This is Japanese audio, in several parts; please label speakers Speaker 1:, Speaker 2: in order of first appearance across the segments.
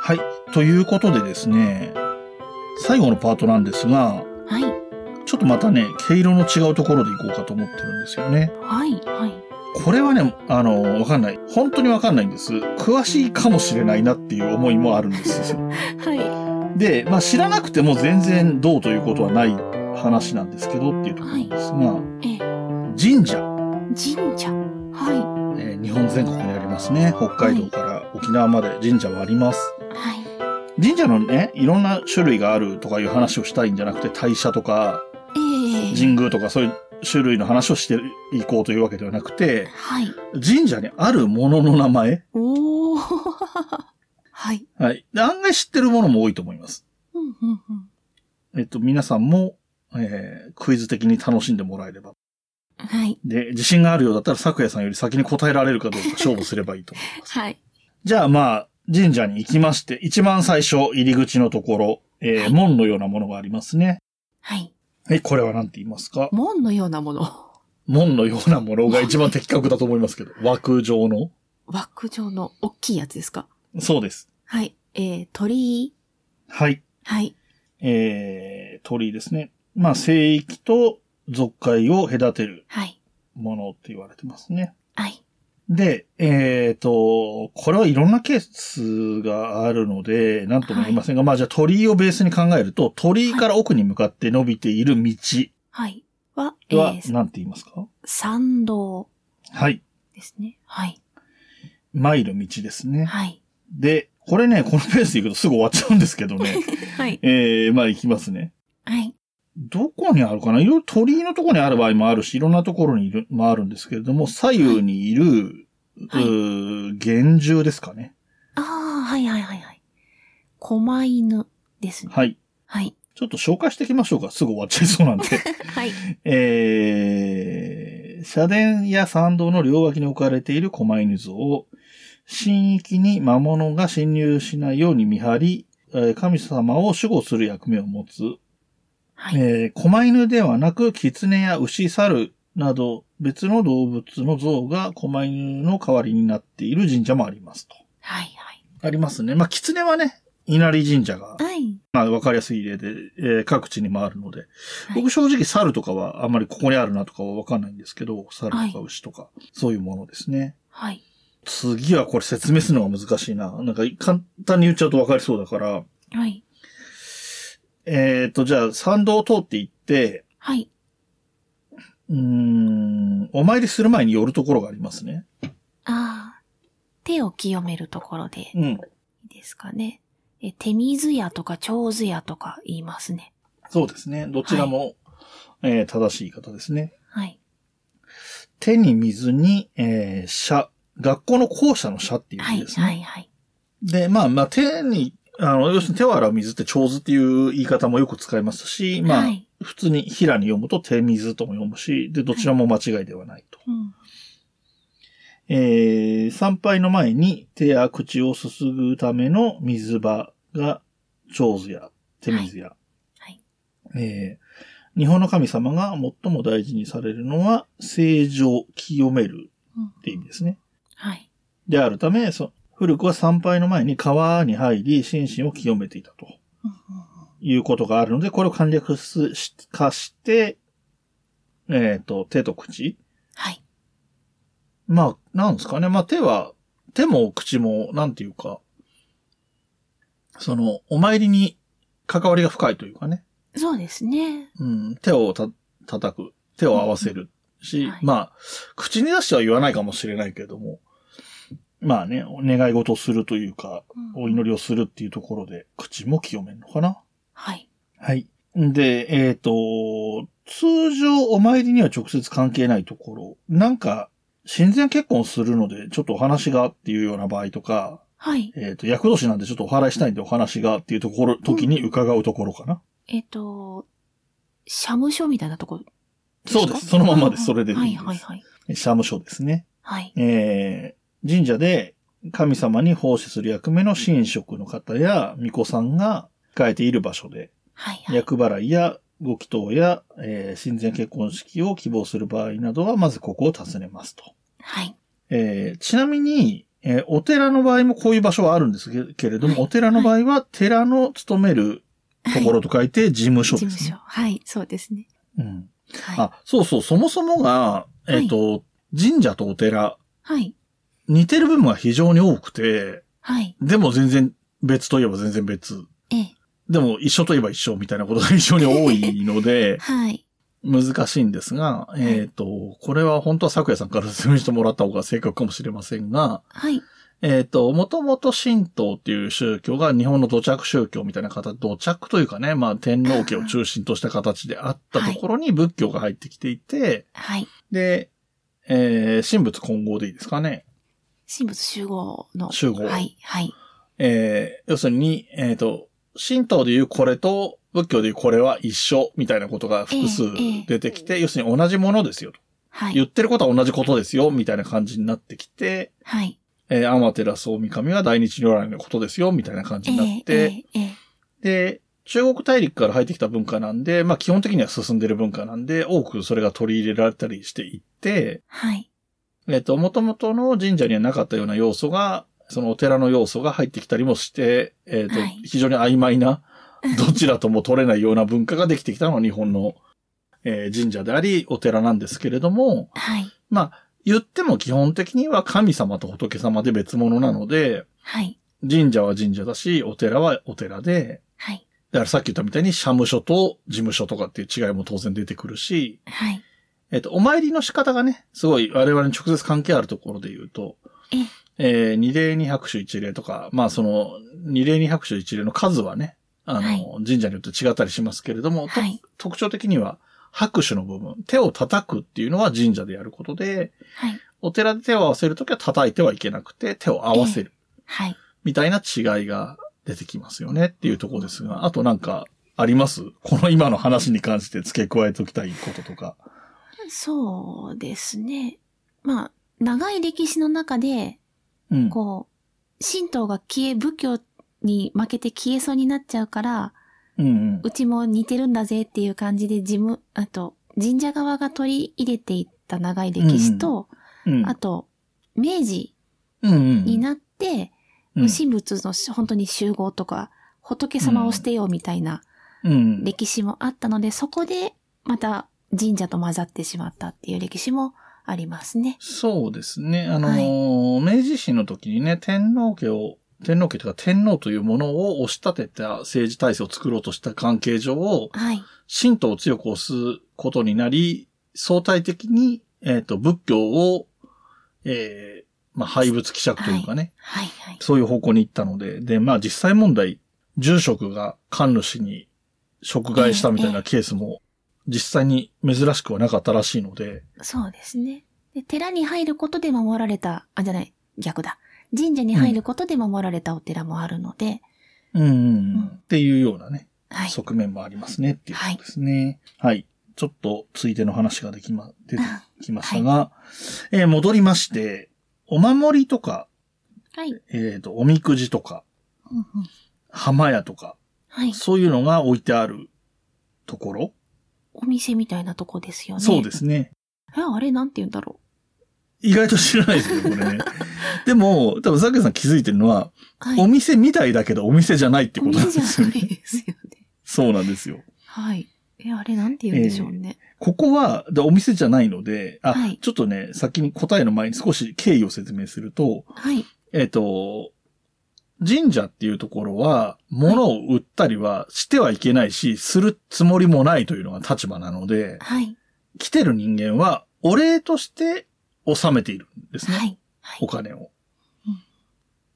Speaker 1: はい。ということでですね、最後のパートなんですが、
Speaker 2: はい。
Speaker 1: ちょっとまたね、毛色の違うところでいこうかと思ってるんですよね。
Speaker 2: はい。はい。
Speaker 1: これはね、あの、わかんない。本当にわかんないんです。詳しいかもしれないなっていう思いもあるんです。
Speaker 2: は
Speaker 1: で、まあ知らなくても全然どうということはない話なんですけどっていうところなんですが、
Speaker 2: い。ええ、
Speaker 1: 神社、
Speaker 2: 神社。は
Speaker 1: えー日本全国にありますね。北海道から沖縄まで神社はあります。
Speaker 2: い。はい。
Speaker 1: 神社のね、いろんな種類があるとかいう話をしたいんじゃなくて、大社とか、
Speaker 2: ええ
Speaker 1: 神宮とかそういう種類の話をしていこうというわけではなくて、
Speaker 2: はい。
Speaker 1: 神社にあるものの名前、
Speaker 2: おお。 はい。
Speaker 1: はい。で案外知ってるものも多いと思います。
Speaker 2: うんうんうん。
Speaker 1: えっと、皆さんも、えークイズ的に楽しんでもらえれば。
Speaker 2: はい。
Speaker 1: で、自信があるようだったら、咲夜さんより先に答えられるかどうか勝負すればいいと思います。
Speaker 2: はい。
Speaker 1: じゃあ、まあ、神社に行きまして、一番最初、入り口のところ、えー門のようなものがありますね。
Speaker 2: はい。
Speaker 1: はい、これは何て言いますか
Speaker 2: 門のようなもの。
Speaker 1: 門のようなものが一番的確だと思いますけど、枠状の。
Speaker 2: 枠状の大きいやつですか
Speaker 1: そうです。
Speaker 2: はい。えー、鳥居。
Speaker 1: はい。
Speaker 2: はい。
Speaker 1: えー、鳥居ですね。まあ、聖域と俗界を隔てる
Speaker 2: はい。
Speaker 1: ものって言われてますね。
Speaker 2: はい。
Speaker 1: で、えっ、と、これはいろんなケースがあるので、なんとも言いませんが、まあじゃあ鳥居をベースに考えると、鳥居から奥に向かって伸びている道
Speaker 2: はい。は、え
Speaker 1: は
Speaker 2: ー、
Speaker 1: 何て言いますか
Speaker 2: 参道
Speaker 1: はい。
Speaker 2: ですね。はい。
Speaker 1: 参る道ですね。
Speaker 2: はい。
Speaker 1: で、これね、このペースで行くとすぐ終わっちゃうんですけど ね。
Speaker 2: はい。
Speaker 1: えー、まあ行きますね。
Speaker 2: はい。
Speaker 1: どこにあるかないろいろ鳥居のところにある場合もあるし、いろんなところにいる、もあるんですけれども、左右にいる、
Speaker 2: はいう
Speaker 1: ー厳重ですかね。
Speaker 2: ああ、はいはいはいはい。狛犬ですね。
Speaker 1: はい。
Speaker 2: はい。
Speaker 1: ちょっと紹介していきましょうか。すぐ終わっちゃいそうなん で。
Speaker 2: はい。
Speaker 1: えー、社殿や参道の両脇に置かれている狛犬像を、神域に魔物が侵入しないように見張り、えー神様を守護する役目を持つ、
Speaker 2: はい。
Speaker 1: えー、狛犬ではなく、狐や牛、猿など、別の動物の像が狛犬の代わりになっている神社もありますと。
Speaker 2: はいはい。
Speaker 1: ありますね。まあ、狐はね、稲荷神社が、
Speaker 2: はい。
Speaker 1: まあ、わかりやすい例で、えー各地にもあるので、
Speaker 2: はい
Speaker 1: 僕正直猿とかはあんまりここにあるなとかはわかんないんですけど、猿
Speaker 2: は
Speaker 1: とか
Speaker 2: い
Speaker 1: 牛とか、そういうものですね。
Speaker 2: はい。
Speaker 1: 次はこれ説明するのが難しいな。なんか簡単に言っちゃうとわかりそうだから、
Speaker 2: はい。
Speaker 1: えっ、と、じゃあ参道を通って行って、
Speaker 2: はい。
Speaker 1: うーん、お参りする前に寄るところがありますね。
Speaker 2: ああ、手を清めるところでい
Speaker 1: うん。
Speaker 2: いですかね。え、手水屋とか蝶水屋とか言いますね。
Speaker 1: そうですね。どちらも、えー正しい言い方ですね。
Speaker 2: はい。
Speaker 1: 手に水に、えー、社。学校の校舎の社っていう
Speaker 2: は
Speaker 1: 意味
Speaker 2: い。
Speaker 1: ですね。
Speaker 2: はい。はい。
Speaker 1: で、まあまあ手に、あの、要するに手を洗う水って蝶図っていう言い方もよく使いますし、まあ、
Speaker 2: はい。
Speaker 1: 普通に平に読むと手水とも読むし、で、どちらも間違いではないと。
Speaker 2: うん。
Speaker 1: えー、参拝の前に手や口をすすぐための水場が蝶図や手水や。
Speaker 2: はい
Speaker 1: えー日本の神様が最も大事にされるのは、清浄、清める
Speaker 2: うん
Speaker 1: って意味ですね。
Speaker 2: はい。
Speaker 1: であるため、そ古くは参拝の前に川に入り、心身を清めていたと
Speaker 2: うんうん
Speaker 1: いうことがあるので、これを簡略すし化して、えっ、と、手と口。
Speaker 2: はい。
Speaker 1: まあ、なんですかね。まあ手は、手も口も、なんていうか、その、お参りに関わりが深いというかね。
Speaker 2: そうですね。
Speaker 1: うん、手をた、叩く。手を合わせるし、
Speaker 2: うんはい
Speaker 1: まあ、口に出しては言わないかもしれないけれども、まあね、お願い事をするというか、
Speaker 2: うん
Speaker 1: お祈りをするっていうところで、口も清めるのかな
Speaker 2: はい。
Speaker 1: はい。で、えっ、と、通常お参りには直接関係ないところ、なんか、親善結婚するので、ちょっとお話がっていうような場合とか、
Speaker 2: はい。
Speaker 1: えっ、と、役年なんでちょっとお払いしたいんでお話がっていうところ、時に伺うところかな。
Speaker 2: えっと、社務所みたいなところか
Speaker 1: そうです。そのまんまです。それでいいです。
Speaker 2: はいはいはい。
Speaker 1: 社務所ですね。
Speaker 2: はい。
Speaker 1: えー神社で神様に奉仕する役目の神職の方や巫女さんが控えている場所で、
Speaker 2: はいはい。
Speaker 1: 役払いやご祈祷や、えー親善結婚式を希望する場合などは、まずここを訪ねますと。
Speaker 2: はい。
Speaker 1: えーちなみに、えーお寺の場合もこういう場所はあるんですけけれども、お寺の場合は寺の勤めるところと書いて事務所
Speaker 2: 事
Speaker 1: で
Speaker 2: 務
Speaker 1: す、
Speaker 2: 所。
Speaker 1: ね。
Speaker 2: はい、そうですね。
Speaker 1: うん。
Speaker 2: はい。
Speaker 1: あ、そうそう、そもそもが、えっ、と、神社とお寺、
Speaker 2: はい。
Speaker 1: 似てる部分が非常に多くて、
Speaker 2: はい。
Speaker 1: でも全然別といえば全然別。
Speaker 2: ええ。
Speaker 1: でも一緒といえば一緒みたいなことが非常に多いの で、
Speaker 2: はい。
Speaker 1: 難しいんですが、えっ、と、これは本当は咲夜さんから説明してもらった方が正確かもしれませんが、
Speaker 2: はい。
Speaker 1: えっ、と、もともと神道っていう宗教が日本の土着宗教みたいな形、土着というかね、まあ天皇家を中心とした形であったところに仏教が入ってきていて、
Speaker 2: はい。
Speaker 1: で、えー、神仏混合でいいですかね。
Speaker 2: 神仏集合の。
Speaker 1: 集合
Speaker 2: はい。はい。
Speaker 1: えー、要するに、えっ、と、神道でいうこれと仏教でいうこれは一緒みたいなことが複数
Speaker 2: ええええ
Speaker 1: 出てきて、要するに同じものですよと。
Speaker 2: はい。
Speaker 1: 言ってることは同じことですよみたいな感じになってきて、
Speaker 2: はい。
Speaker 1: えー、アマテラス大神は大日如来のことですよみたいな感じになって、
Speaker 2: ええええ
Speaker 1: で、中国大陸から入ってきた文化なんで、まあ基本的には進んでる文化なんで、多くそれが取り入れられたりしていって、
Speaker 2: はい。
Speaker 1: えっと、元々の神社にはなかったような要素が、そのお寺の要素が入ってきたりもして、えっと、
Speaker 2: はい
Speaker 1: 非常に曖昧な、 どちらとも取れないような文化ができてきたのが日本の、えー神社であり、お寺なんですけれども、
Speaker 2: はい。
Speaker 1: 言っても基本的には神様と仏様で別物なので、
Speaker 2: はい。
Speaker 1: 神社は神社だし、お寺はお寺で、
Speaker 2: はい。
Speaker 1: だからさっき言ったみたいに、社務所と事務所とかっていう違いも当然出てくるし、
Speaker 2: はい。
Speaker 1: えっと、お参りの仕方がね、すごい我々に直接関係あるところで言うと、えー、二礼二拍手一礼とか、まあその、二礼二拍手一礼の数はね、あの、
Speaker 2: はい
Speaker 1: 神社によって違ったりしますけれども、と
Speaker 2: はい。
Speaker 1: 特徴的には拍手の部分、手を叩くっていうのは神社でやることで、
Speaker 2: はい。
Speaker 1: お寺で手を合わせるときは叩いてはいけなくて、手を合わせる。
Speaker 2: はい。
Speaker 1: みたいな違いが出てきますよねっていうところですが、あとなんかありますこの今の話に関して付け加えておきたいこととか。
Speaker 2: そうですね。まあ、長い歴史の中で、
Speaker 1: うん。
Speaker 2: こう、神道が消え、仏教に負けて消えそうになっちゃうから、
Speaker 1: うんうん
Speaker 2: うちも似てるんだぜっていう感じで、事務、あと、神社側が取り入れていった長い歴史と、
Speaker 1: うん。
Speaker 2: あと、明治
Speaker 1: うんうん、
Speaker 2: になって、
Speaker 1: うん
Speaker 2: 神仏の本当に集合とか、仏様を捨てようみたいな
Speaker 1: うん。
Speaker 2: 歴史もあったので、そこでまた神社と混ざってしまったっていう歴史もありますね。
Speaker 1: そうですね。あのー明治維新の時にね、天皇家を、天皇家というか天皇というものを押し立てた政治体制を作ろうとした関係上を、
Speaker 2: はい。
Speaker 1: 神道を強く推すことになり、相対的に、えっ、と、仏教を、えーまあ、廃仏希釈というかね、
Speaker 2: はい、はい。
Speaker 1: そういう方向に行ったので、で、まあ実際問題、住職が神主に食害したみたいなケースも実際に珍しくはなかったらしいので、
Speaker 2: そうですね。で寺に入ることで守られた、あ、じゃない、逆だ。神社に入ることで守られたお寺もあるので、
Speaker 1: うんうんうん、
Speaker 2: うん
Speaker 1: っていうようなね、
Speaker 2: はい。
Speaker 1: 側面もありますねっていうことですね。はい。ちょっとついでの話ができま、出てきましたが、えー戻りまして、お守りとか、
Speaker 2: はい。
Speaker 1: えっ、と、おみくじとか、
Speaker 2: うんうん
Speaker 1: 浜屋とか、
Speaker 2: はい。
Speaker 1: そういうのが置いてあるところ、
Speaker 2: お店みたいなとこですよね。。
Speaker 1: そうですすね。
Speaker 2: え、あれなんて言うんだろ
Speaker 1: 意外と知らないですよ、これ ね。でも、多分ザケさん気づいてるのは、
Speaker 2: う。はい。
Speaker 1: お店みたいだけどお店じゃないって
Speaker 2: お
Speaker 1: ことなん
Speaker 2: 店
Speaker 1: で
Speaker 2: じ
Speaker 1: す
Speaker 2: ゃ
Speaker 1: よ
Speaker 2: な
Speaker 1: ね。
Speaker 2: いですよね。
Speaker 1: そうなんですよ。
Speaker 2: はい。え、あれなんて言うんでしょうね。
Speaker 1: ここは、でお店じゃないので、あ、
Speaker 2: はい
Speaker 1: ちょっとね、先に答えの前に少し経緯を説明すると、
Speaker 2: はい。
Speaker 1: えっ、と、神社っていうところは、物を売ったりはしてはいけないし、するつもりもないというのが立場なので、
Speaker 2: はい。
Speaker 1: 来てる人間は、お礼として納めているんですね。
Speaker 2: はい。はい
Speaker 1: お。金を
Speaker 2: うん。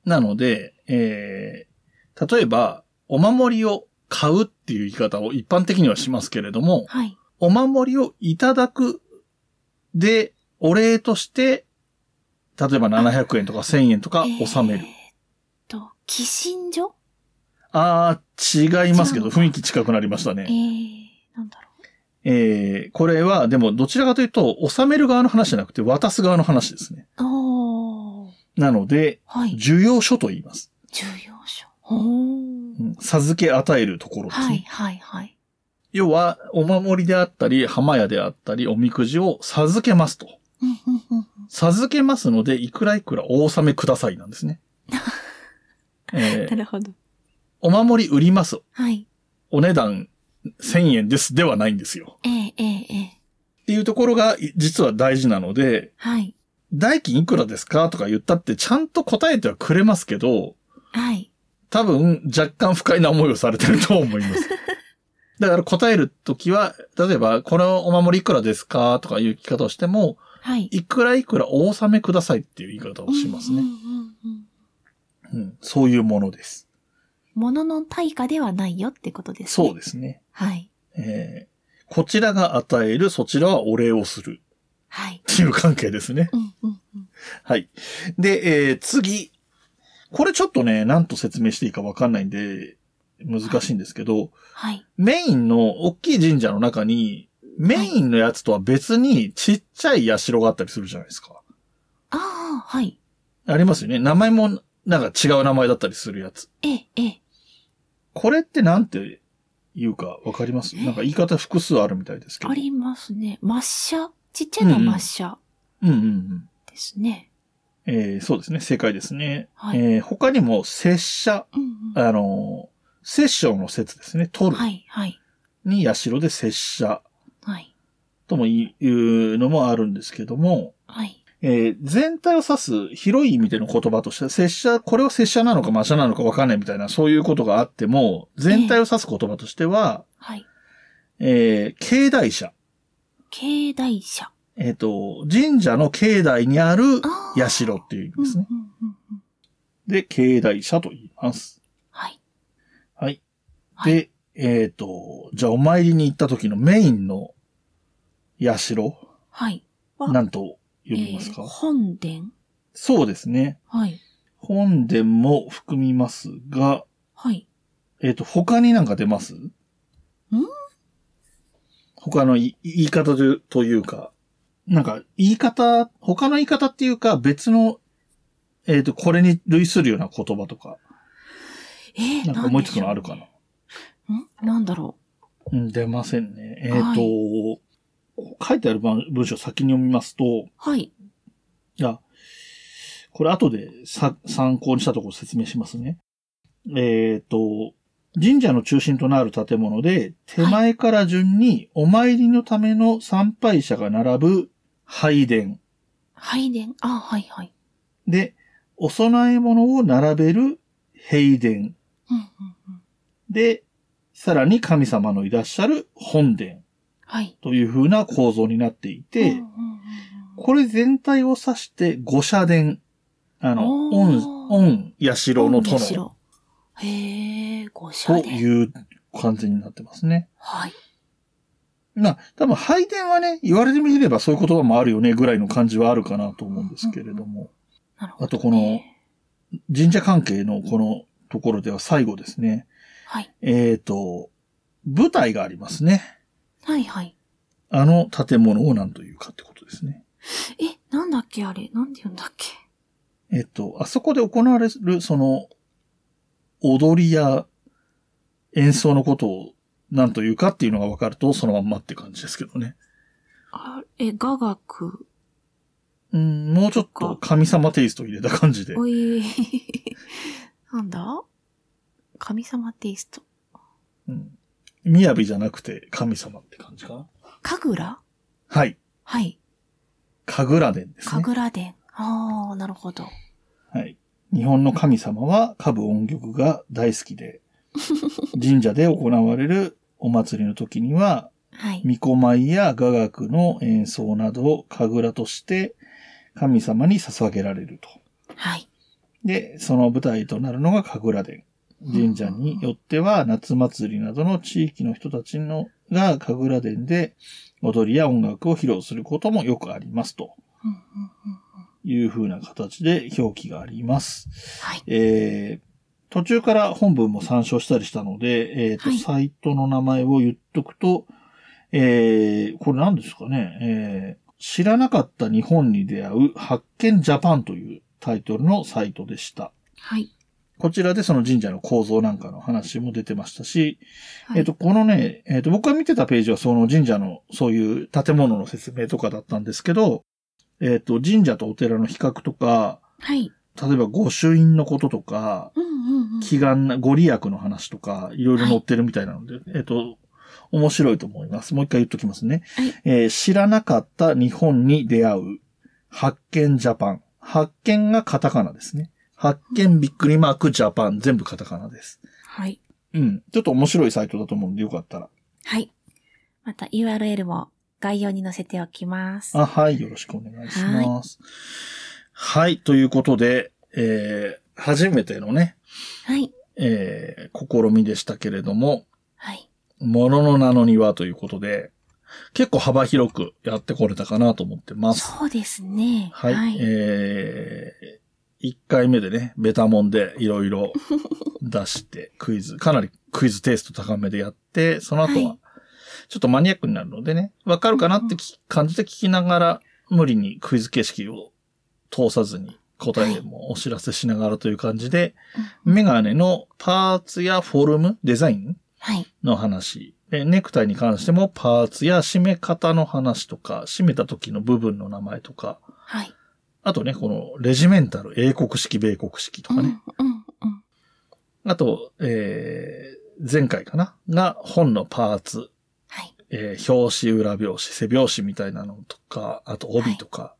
Speaker 1: なので、えー、例えば、お守りを買うっていう言い方を一般的にはしますけれども、
Speaker 2: はい。
Speaker 1: お守りをいただくで、お礼として、例えば700円とか1000円とか納める
Speaker 2: えー。っと、寄進所
Speaker 1: あー、違いますけど、
Speaker 2: 違うのか
Speaker 1: 雰囲気近くなりました
Speaker 2: え
Speaker 1: ね。
Speaker 2: ー、なんだろ
Speaker 1: えー、これは、でも、どちらかというと、納める側の話じゃなくて、渡す側の話ですね。
Speaker 2: う。おー。
Speaker 1: なので、
Speaker 2: はい。
Speaker 1: 需要書と言います。
Speaker 2: 重要書。おー。
Speaker 1: うん授け与えるところですね。
Speaker 2: はい、はい、はい。
Speaker 1: 要は、お守りであったり、浜屋であったり、おみくじを授けますと。
Speaker 2: うんうんうんうん
Speaker 1: 授けますので、いくらいくらお納めくださいなんです ね。えー
Speaker 2: なるほど。
Speaker 1: お守り売ります。
Speaker 2: はい。
Speaker 1: お値段1000円です。ではないんですよ。
Speaker 2: ええええええ
Speaker 1: っていうところがい実は大事なので、
Speaker 2: はい。
Speaker 1: 代金いくらですかとか言ったってちゃんと答えてはくれますけど、
Speaker 2: はい。
Speaker 1: 多分若干不快な思いをされてると思い ます。だから答えるときは、例えば、このお守りいくらですかとかいう聞き方をしても、
Speaker 2: はい。
Speaker 1: いくらいくらお納めくださいっていう言い方をします
Speaker 2: うん
Speaker 1: ね
Speaker 2: う。んうんうん
Speaker 1: うん、そういうものです。
Speaker 2: 物の対価ではないよってことですね。
Speaker 1: そうですね。
Speaker 2: はい。
Speaker 1: えーこちらが与える、そちらはお礼をする
Speaker 2: はい。
Speaker 1: っていう関係ですね。
Speaker 2: うんうんうん。
Speaker 1: はい。で、えー次。これちょっとね、何と説明していいかわかんないんで、難しいんですけど、
Speaker 2: はい。
Speaker 1: メインの大きい神社の中に、メインのやつとは別にちっちゃい社があったりするじゃないですか。
Speaker 2: ああ、はい。
Speaker 1: ありますよね。名前もなんか違う名前だったりするやつ。
Speaker 2: ええええ
Speaker 1: これってなんて言うかわかりますなんか言い方複数あるみたいですけど。
Speaker 2: ありますね。抹茶。ちっちゃいのは抹茶
Speaker 1: うんうんうん。
Speaker 2: ですね。
Speaker 1: えーそうですね。正解ですね。
Speaker 2: はい
Speaker 1: えー他にも、拙者、
Speaker 2: うんうん。
Speaker 1: あのー、セッションの説ですね。取る。
Speaker 2: はいはい。
Speaker 1: に社で拙者
Speaker 2: はい。
Speaker 1: ともいうのもあるんですけども、
Speaker 2: はい。
Speaker 1: えー全体を指す広い意味での言葉として、拙者、これは拙者なのか魔者なのかわかんないみたいな、そういうことがあっても、全体を指す言葉としては、
Speaker 2: はい。
Speaker 1: えー境内社。
Speaker 2: 境内社。
Speaker 1: えっ、と、神社の境内にある
Speaker 2: あー
Speaker 1: 社っていう意味で
Speaker 2: うんうん
Speaker 1: すね。
Speaker 2: うんうん。
Speaker 1: で、境内社と言います。
Speaker 2: はい。
Speaker 1: はい。
Speaker 2: はい
Speaker 1: で、えっ、と、じゃあお参りに行った時のメインの社、
Speaker 2: はい。あ
Speaker 1: なんと読みますか、
Speaker 2: えー本殿
Speaker 1: そうですね。
Speaker 2: はい。
Speaker 1: 本殿も含みますが、
Speaker 2: はい。
Speaker 1: えっ、と、他になんか出ますん他のい言い方でというか、なんか言い方、他の言い方っていうか別の、えっ、と、これに類するような言葉とか、
Speaker 2: えー、
Speaker 1: なんか思いつくのあるかな
Speaker 2: なんなんだろ
Speaker 1: うん、出ませんね。えっ、
Speaker 2: は
Speaker 1: と、書いてある文文章先に読みますと、
Speaker 2: う。はい。
Speaker 1: いや、これ後でさ参考にしたところ説明しますね。えっ、と、神社の中心となる建物で、手前から順にお参りのための参拝者が並ぶ拝殿
Speaker 2: 拝殿。あ、はいはい。
Speaker 1: で、お供え物を並べる拝殿
Speaker 2: うんうんうん。
Speaker 1: で、さらに神様のいらっしゃる本殿
Speaker 2: はい。
Speaker 1: という風な構造になっていて、
Speaker 2: うんうんうん
Speaker 1: これ全体を指して五社殿。あの、
Speaker 2: お
Speaker 1: 御
Speaker 2: ー、
Speaker 1: 御、社
Speaker 2: うん、
Speaker 1: の殿。
Speaker 2: 白へえ、五社
Speaker 1: と
Speaker 2: 殿。
Speaker 1: いう感じになってますね。
Speaker 2: はい。
Speaker 1: まあ、多分、配電はね、言われてみればそういう言葉もあるよね、ぐらいの感じはあるかなと思うんですけれども、
Speaker 2: なるほど、ね。
Speaker 1: あとこの。神社関係のこのところでは最後ですね。
Speaker 2: はい。
Speaker 1: えっ、と、舞台がありますね。
Speaker 2: はいはい。
Speaker 1: あの建物を何というかってことですね。
Speaker 2: え、なんだっけあれ。なんて言うんだっけ。
Speaker 1: えっ、と、あそこで行われる、その、踊りや演奏のことを何というかっていうのが分かると、そのまんまって感じですけどね。
Speaker 2: あえ、雅楽。
Speaker 1: うん、もうちょっと神様テイスト入れた感じで。
Speaker 2: おい。 なんだ神様テイスト。
Speaker 1: うん。雅じゃなくて神様って感じかな。
Speaker 2: 神楽
Speaker 1: はい。
Speaker 2: はい。
Speaker 1: 神楽殿ですね。
Speaker 2: 神楽殿。ああ、なるほど。
Speaker 1: はい。日本の神様は歌舞音曲が大好き で、神社で行われるお祭りの時には、
Speaker 2: はい。
Speaker 1: 巫女舞や雅楽の演奏などを神楽として神様に捧げられると。
Speaker 2: はい。
Speaker 1: で、その舞台となるのが神楽殿。神社によっては夏祭りなどの地域の人たちのが神楽殿で踊りや音楽を披露することもよくありますと
Speaker 2: うんうんうん
Speaker 1: いうふうな形で表記があります。
Speaker 2: はい。
Speaker 1: えー、途中から本文も参照したりしたので、えーと
Speaker 2: はい
Speaker 1: サイトの名前を言っとくと、えー、これ何ですかね、えー、知らなかった日本に出会う発見ジャパンというタイトルのサイトでした。
Speaker 2: はい。
Speaker 1: こちらでその神社の構造なんかの話も出てましたし、
Speaker 2: はい
Speaker 1: えっ、と、このね、えっ、と、僕が見てたページはその神社のそういう建物の説明とかだったんですけど、えっ、と、神社とお寺の比較とか、
Speaker 2: はい。
Speaker 1: 例えば御朱印のこととか、
Speaker 2: うんうんうん。
Speaker 1: 祈願な、ご利益の話とか、いろいろ載ってるみたいなので、えっ、と、面白いと思います。もう一回言っときますね。
Speaker 2: はい
Speaker 1: えー知らなかった日本に出会う、発見ジャパン。発見がカタカナですね。発見びっくりマークジャパン、全部カタカナです。
Speaker 2: はい。
Speaker 1: うん。ちょっと面白いサイトだと思うんで、よかったら。
Speaker 2: はい。また URL も概要に載せておきます。
Speaker 1: あ、はい。よろしくお願いします。はい。ということで、えー、初めてのね、
Speaker 2: はい。
Speaker 1: えー、試みでしたけれども、
Speaker 2: はい。
Speaker 1: ものの名の庭ということで、結構幅広くやってこれたかなと思ってます。
Speaker 2: そうですね。
Speaker 1: はい。
Speaker 2: はい。
Speaker 1: えー、1回目でね、ベタもんでいろいろ出して、クイズ、かなりクイズテイスト高めでやって、その後
Speaker 2: は、
Speaker 1: はいちょっとマニアックになるのでね、わかるかなってき感じて聞きながら、無理にクイズ形式を通さずに答えもお知らせしながらという感じで、メガネのパーツやフォルム、デザイン
Speaker 2: はい。
Speaker 1: の話。で、ネクタイに関してもパーツや締め方の話とか、締めた時の部分の名前とか、
Speaker 2: はい。
Speaker 1: あとね、このレジメンタル、英国式、米国式と
Speaker 2: う
Speaker 1: か
Speaker 2: んう
Speaker 1: ね。
Speaker 2: んうん。
Speaker 1: あと、えー、前回かなが本のパーツ、
Speaker 2: はい。
Speaker 1: えー表紙、裏表紙、背表紙みたいなのとか、あと帯とか、
Speaker 2: うんうん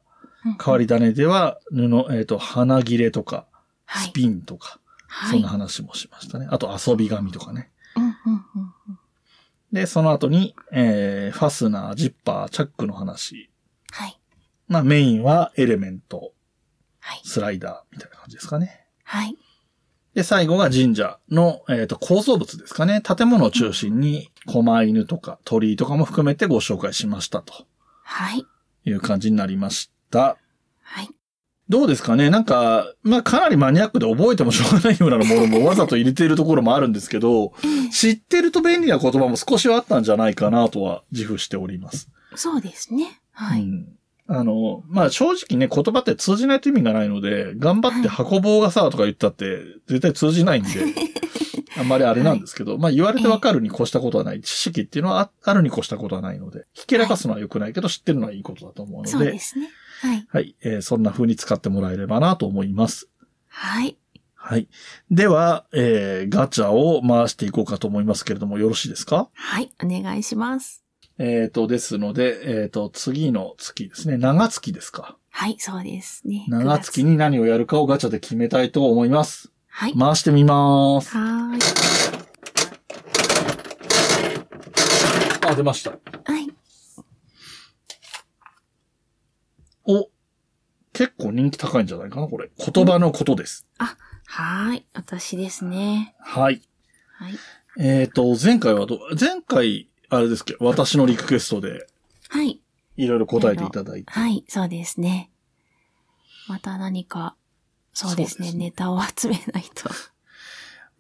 Speaker 1: 変わり種では布、えっ、と、花切れとか、
Speaker 2: は
Speaker 1: ス
Speaker 2: い。
Speaker 1: ピンとか、
Speaker 2: は
Speaker 1: そん
Speaker 2: い
Speaker 1: な。話もしましたね。あと遊び紙とかね。
Speaker 2: うんうんうんうん。
Speaker 1: で、その後に、えー、ファスナー、ジッパー、チャックの話。
Speaker 2: はい。
Speaker 1: まあメインはエレメント、
Speaker 2: はい。
Speaker 1: スライダーみたいな感じですかね。
Speaker 2: はい。
Speaker 1: で、最後が神社の、えー、と構造物ですかね。建物を中心に狛犬とか鳥居とかも含めてご紹介しましたと
Speaker 2: はい。
Speaker 1: いう感じになりました。
Speaker 2: はい。
Speaker 1: どうですかねなんか、まあかなりマニアックで覚えてもしょうがないようなものもわざと入れているところもあるんですけど、知ってると便利な言葉も少しはあったんじゃないかなとは自負しております。
Speaker 2: そうですね。は
Speaker 1: う
Speaker 2: い。
Speaker 1: んあの、まあ、正直ね、言葉って通じないと意味がないので、頑張って箱棒がさ、とか言ったって、絶対通じないん で、あんまりあれなんですけど、まあ、言われてわかるに越したことはない。知識っていうのはああるに越したことはないので、ひけらかすのは良くないけど、知ってるのはいいことだと思う
Speaker 2: そ
Speaker 1: の
Speaker 2: う
Speaker 1: で、
Speaker 2: ですね。はい。
Speaker 1: はい、えーそんな風に使ってもらえればなと思います。
Speaker 2: はい。
Speaker 1: はい。では、えーガチャを回していこうかと思いますけれども、よろしいですか
Speaker 2: はい。お願いします。
Speaker 1: えっ、と、ですので、えっ、と、次の月ですね。長月ですか。
Speaker 2: はい。そうですね。
Speaker 1: 長月に何をやるかをガチャで決めたいと思います。
Speaker 2: はい。
Speaker 1: 回してみます。
Speaker 2: はーい。
Speaker 1: あ、出ました。
Speaker 2: はい。
Speaker 1: お、結構人気高いんじゃないかな、これ。言葉のことです。
Speaker 2: はーい。私ですね。
Speaker 1: はい。
Speaker 2: はい。
Speaker 1: えっ、と、前回はど、前回、あれですけど、私のリクエストで
Speaker 2: はい。
Speaker 1: いろいろ答えていただいて。
Speaker 2: はい。そうですね。また何か、そうです
Speaker 1: そう
Speaker 2: ね。
Speaker 1: ですね
Speaker 2: ネタを集めないと。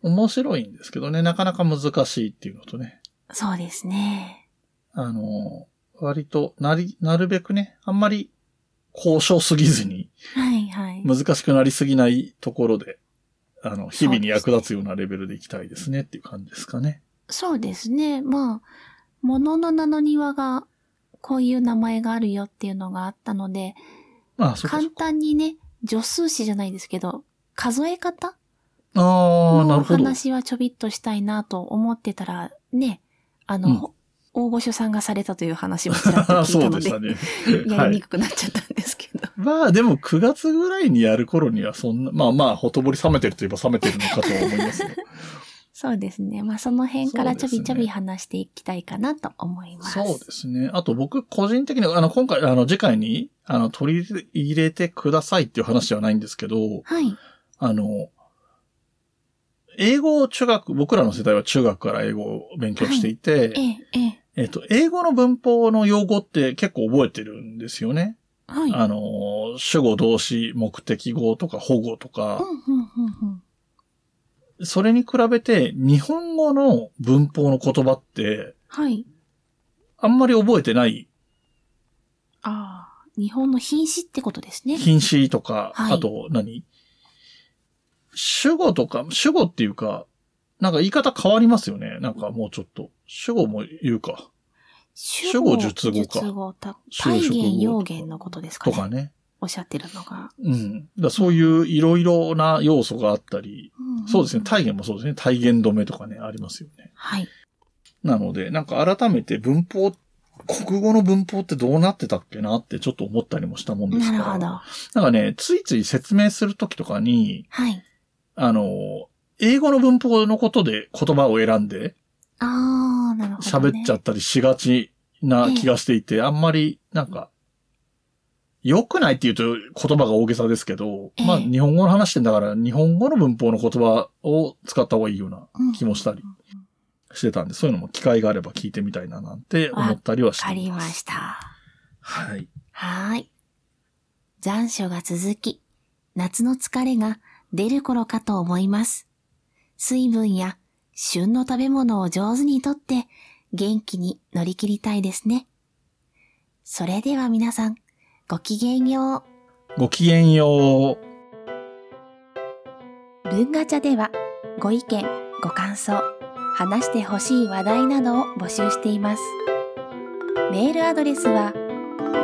Speaker 1: 面白いんですけどね、なかなか難しいっていうのとね。
Speaker 2: そうですね。
Speaker 1: あの、割となり、なるべくね、あんまり交渉すぎずに、
Speaker 2: はいはい。
Speaker 1: 難しくなりすぎないところで、あの、日々に役立つようなレベルでいきたいですねっていう感じですかね。
Speaker 2: そうですね。まあ、ものの名の庭が、こういう名前があるよっていうのがあったので、
Speaker 1: ああ、そうかそ
Speaker 2: 簡
Speaker 1: うか。
Speaker 2: 単にね、助数詞じゃないですけど、数え方
Speaker 1: ああ、な
Speaker 2: の
Speaker 1: るほど。
Speaker 2: 話はちょびっとしたいなと思ってたら、ね、あの、
Speaker 1: うん
Speaker 2: ほ大御所さんがされたという話をちらっと
Speaker 1: ああ、
Speaker 2: 聞い
Speaker 1: そ
Speaker 2: た
Speaker 1: う
Speaker 2: の
Speaker 1: でし
Speaker 2: で、。
Speaker 1: たね
Speaker 2: や
Speaker 1: は
Speaker 2: りに
Speaker 1: い。
Speaker 2: くくなっちゃったんですけど。
Speaker 1: まあでも9月ぐらいにやる頃にはそんな、まあまあ、ほとぼり冷めてるといえば冷めてるのかとは思い ますよ
Speaker 2: そうですね。まあその辺からちょびち
Speaker 1: そうです
Speaker 2: ょ
Speaker 1: ね
Speaker 2: び話していきたいかなと思います。
Speaker 1: そうですね。あと僕個人的に、あの、今回、あの、次回に、あの、取り入れてくださいっていう話ではないんですけど、
Speaker 2: はい。
Speaker 1: あの、英語を中学、僕らの世代は中学から英語を勉強していて、
Speaker 2: ええ、ええ。
Speaker 1: えっと、英語の文法の用語って結構覚えてるんですよね。
Speaker 2: はい。
Speaker 1: あの、主語、動詞、目的語とか保護と
Speaker 2: うん
Speaker 1: か、、
Speaker 2: うん、うん、
Speaker 1: それに比べて日本語の文法の言葉って
Speaker 2: うん。はい。
Speaker 1: あんまり覚えてない
Speaker 2: ああ、日本の品詞ってことですね。
Speaker 1: 品詞とか、
Speaker 2: はい
Speaker 1: あと何主語とか、主語っていうか、なんか言い方変わりますよね。なんかもうちょっと。主語も言うか。
Speaker 2: 主
Speaker 1: 主語述語か
Speaker 2: 述語た
Speaker 1: 修
Speaker 2: 体
Speaker 1: 飾語
Speaker 2: 言、用言のことですか
Speaker 1: と
Speaker 2: ね。
Speaker 1: かね。
Speaker 2: おっしゃってるのが。
Speaker 1: うん。だからそういういろいろな要素があったり、そうですね。体
Speaker 2: 体
Speaker 1: 言もそうですね。体言止めとかね、ありますよね。
Speaker 2: はい。
Speaker 1: なので、なんか改めて文法、国語の文法ってどうなってたっけなってちょっと思ったりもしたもんです
Speaker 2: な
Speaker 1: から。
Speaker 2: るほど。は
Speaker 1: なんかね、ついつい説明するときとかに、
Speaker 2: い。
Speaker 1: あの、英語の文法のことで言葉を選んで
Speaker 2: ああ、なるほど、ね。
Speaker 1: 喋っちゃったりしがちな気がしていて、あんまりなんか、良くないって言うと言葉が大げさですけど、
Speaker 2: ええ
Speaker 1: まあ日本語の話してんだから日本語の文法の言葉を使った方がいいような
Speaker 2: うん
Speaker 1: 気もしたりしてたんで、そういうのも機会があれば聞いてみたいななんて思ったりはし
Speaker 2: わか
Speaker 1: て
Speaker 2: り
Speaker 1: いま。
Speaker 2: ますした。
Speaker 1: はい。
Speaker 2: はーい。残暑が続き、夏の疲れが出る頃かと思います。水分や旬の食べ物を上手にとって元気に乗り切りたいですね。それでは皆さん、ごきげんよう。
Speaker 1: ごきげんよう。
Speaker 2: 文ガチャではご意見、ご感想、話してほしい話題などを募集しています。メールアドレスは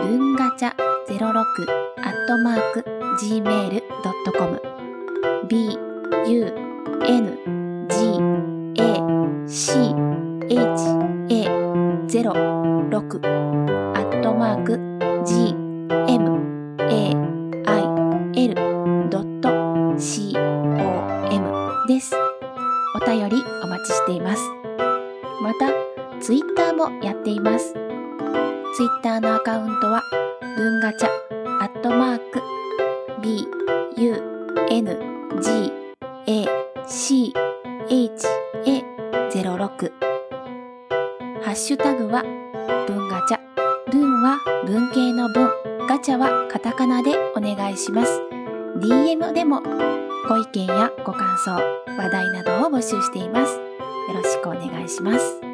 Speaker 2: 文ガチャ06アットマーク gmail.com b u n g a c h a 06アットマーク g m a i l c OM です。お便りお待ちしています。また、ツイッターもやっています。ツイッターのアカウントは、文ガチャ、アットマーク、b, u, n, g, a, c, h, a, 06。ハッシュタグは、文ガチャ。文は文系の文、ガチャはカタカナでお願いします。DM でもご意見やご感想、話題などを募集しています。よろしくお願いします。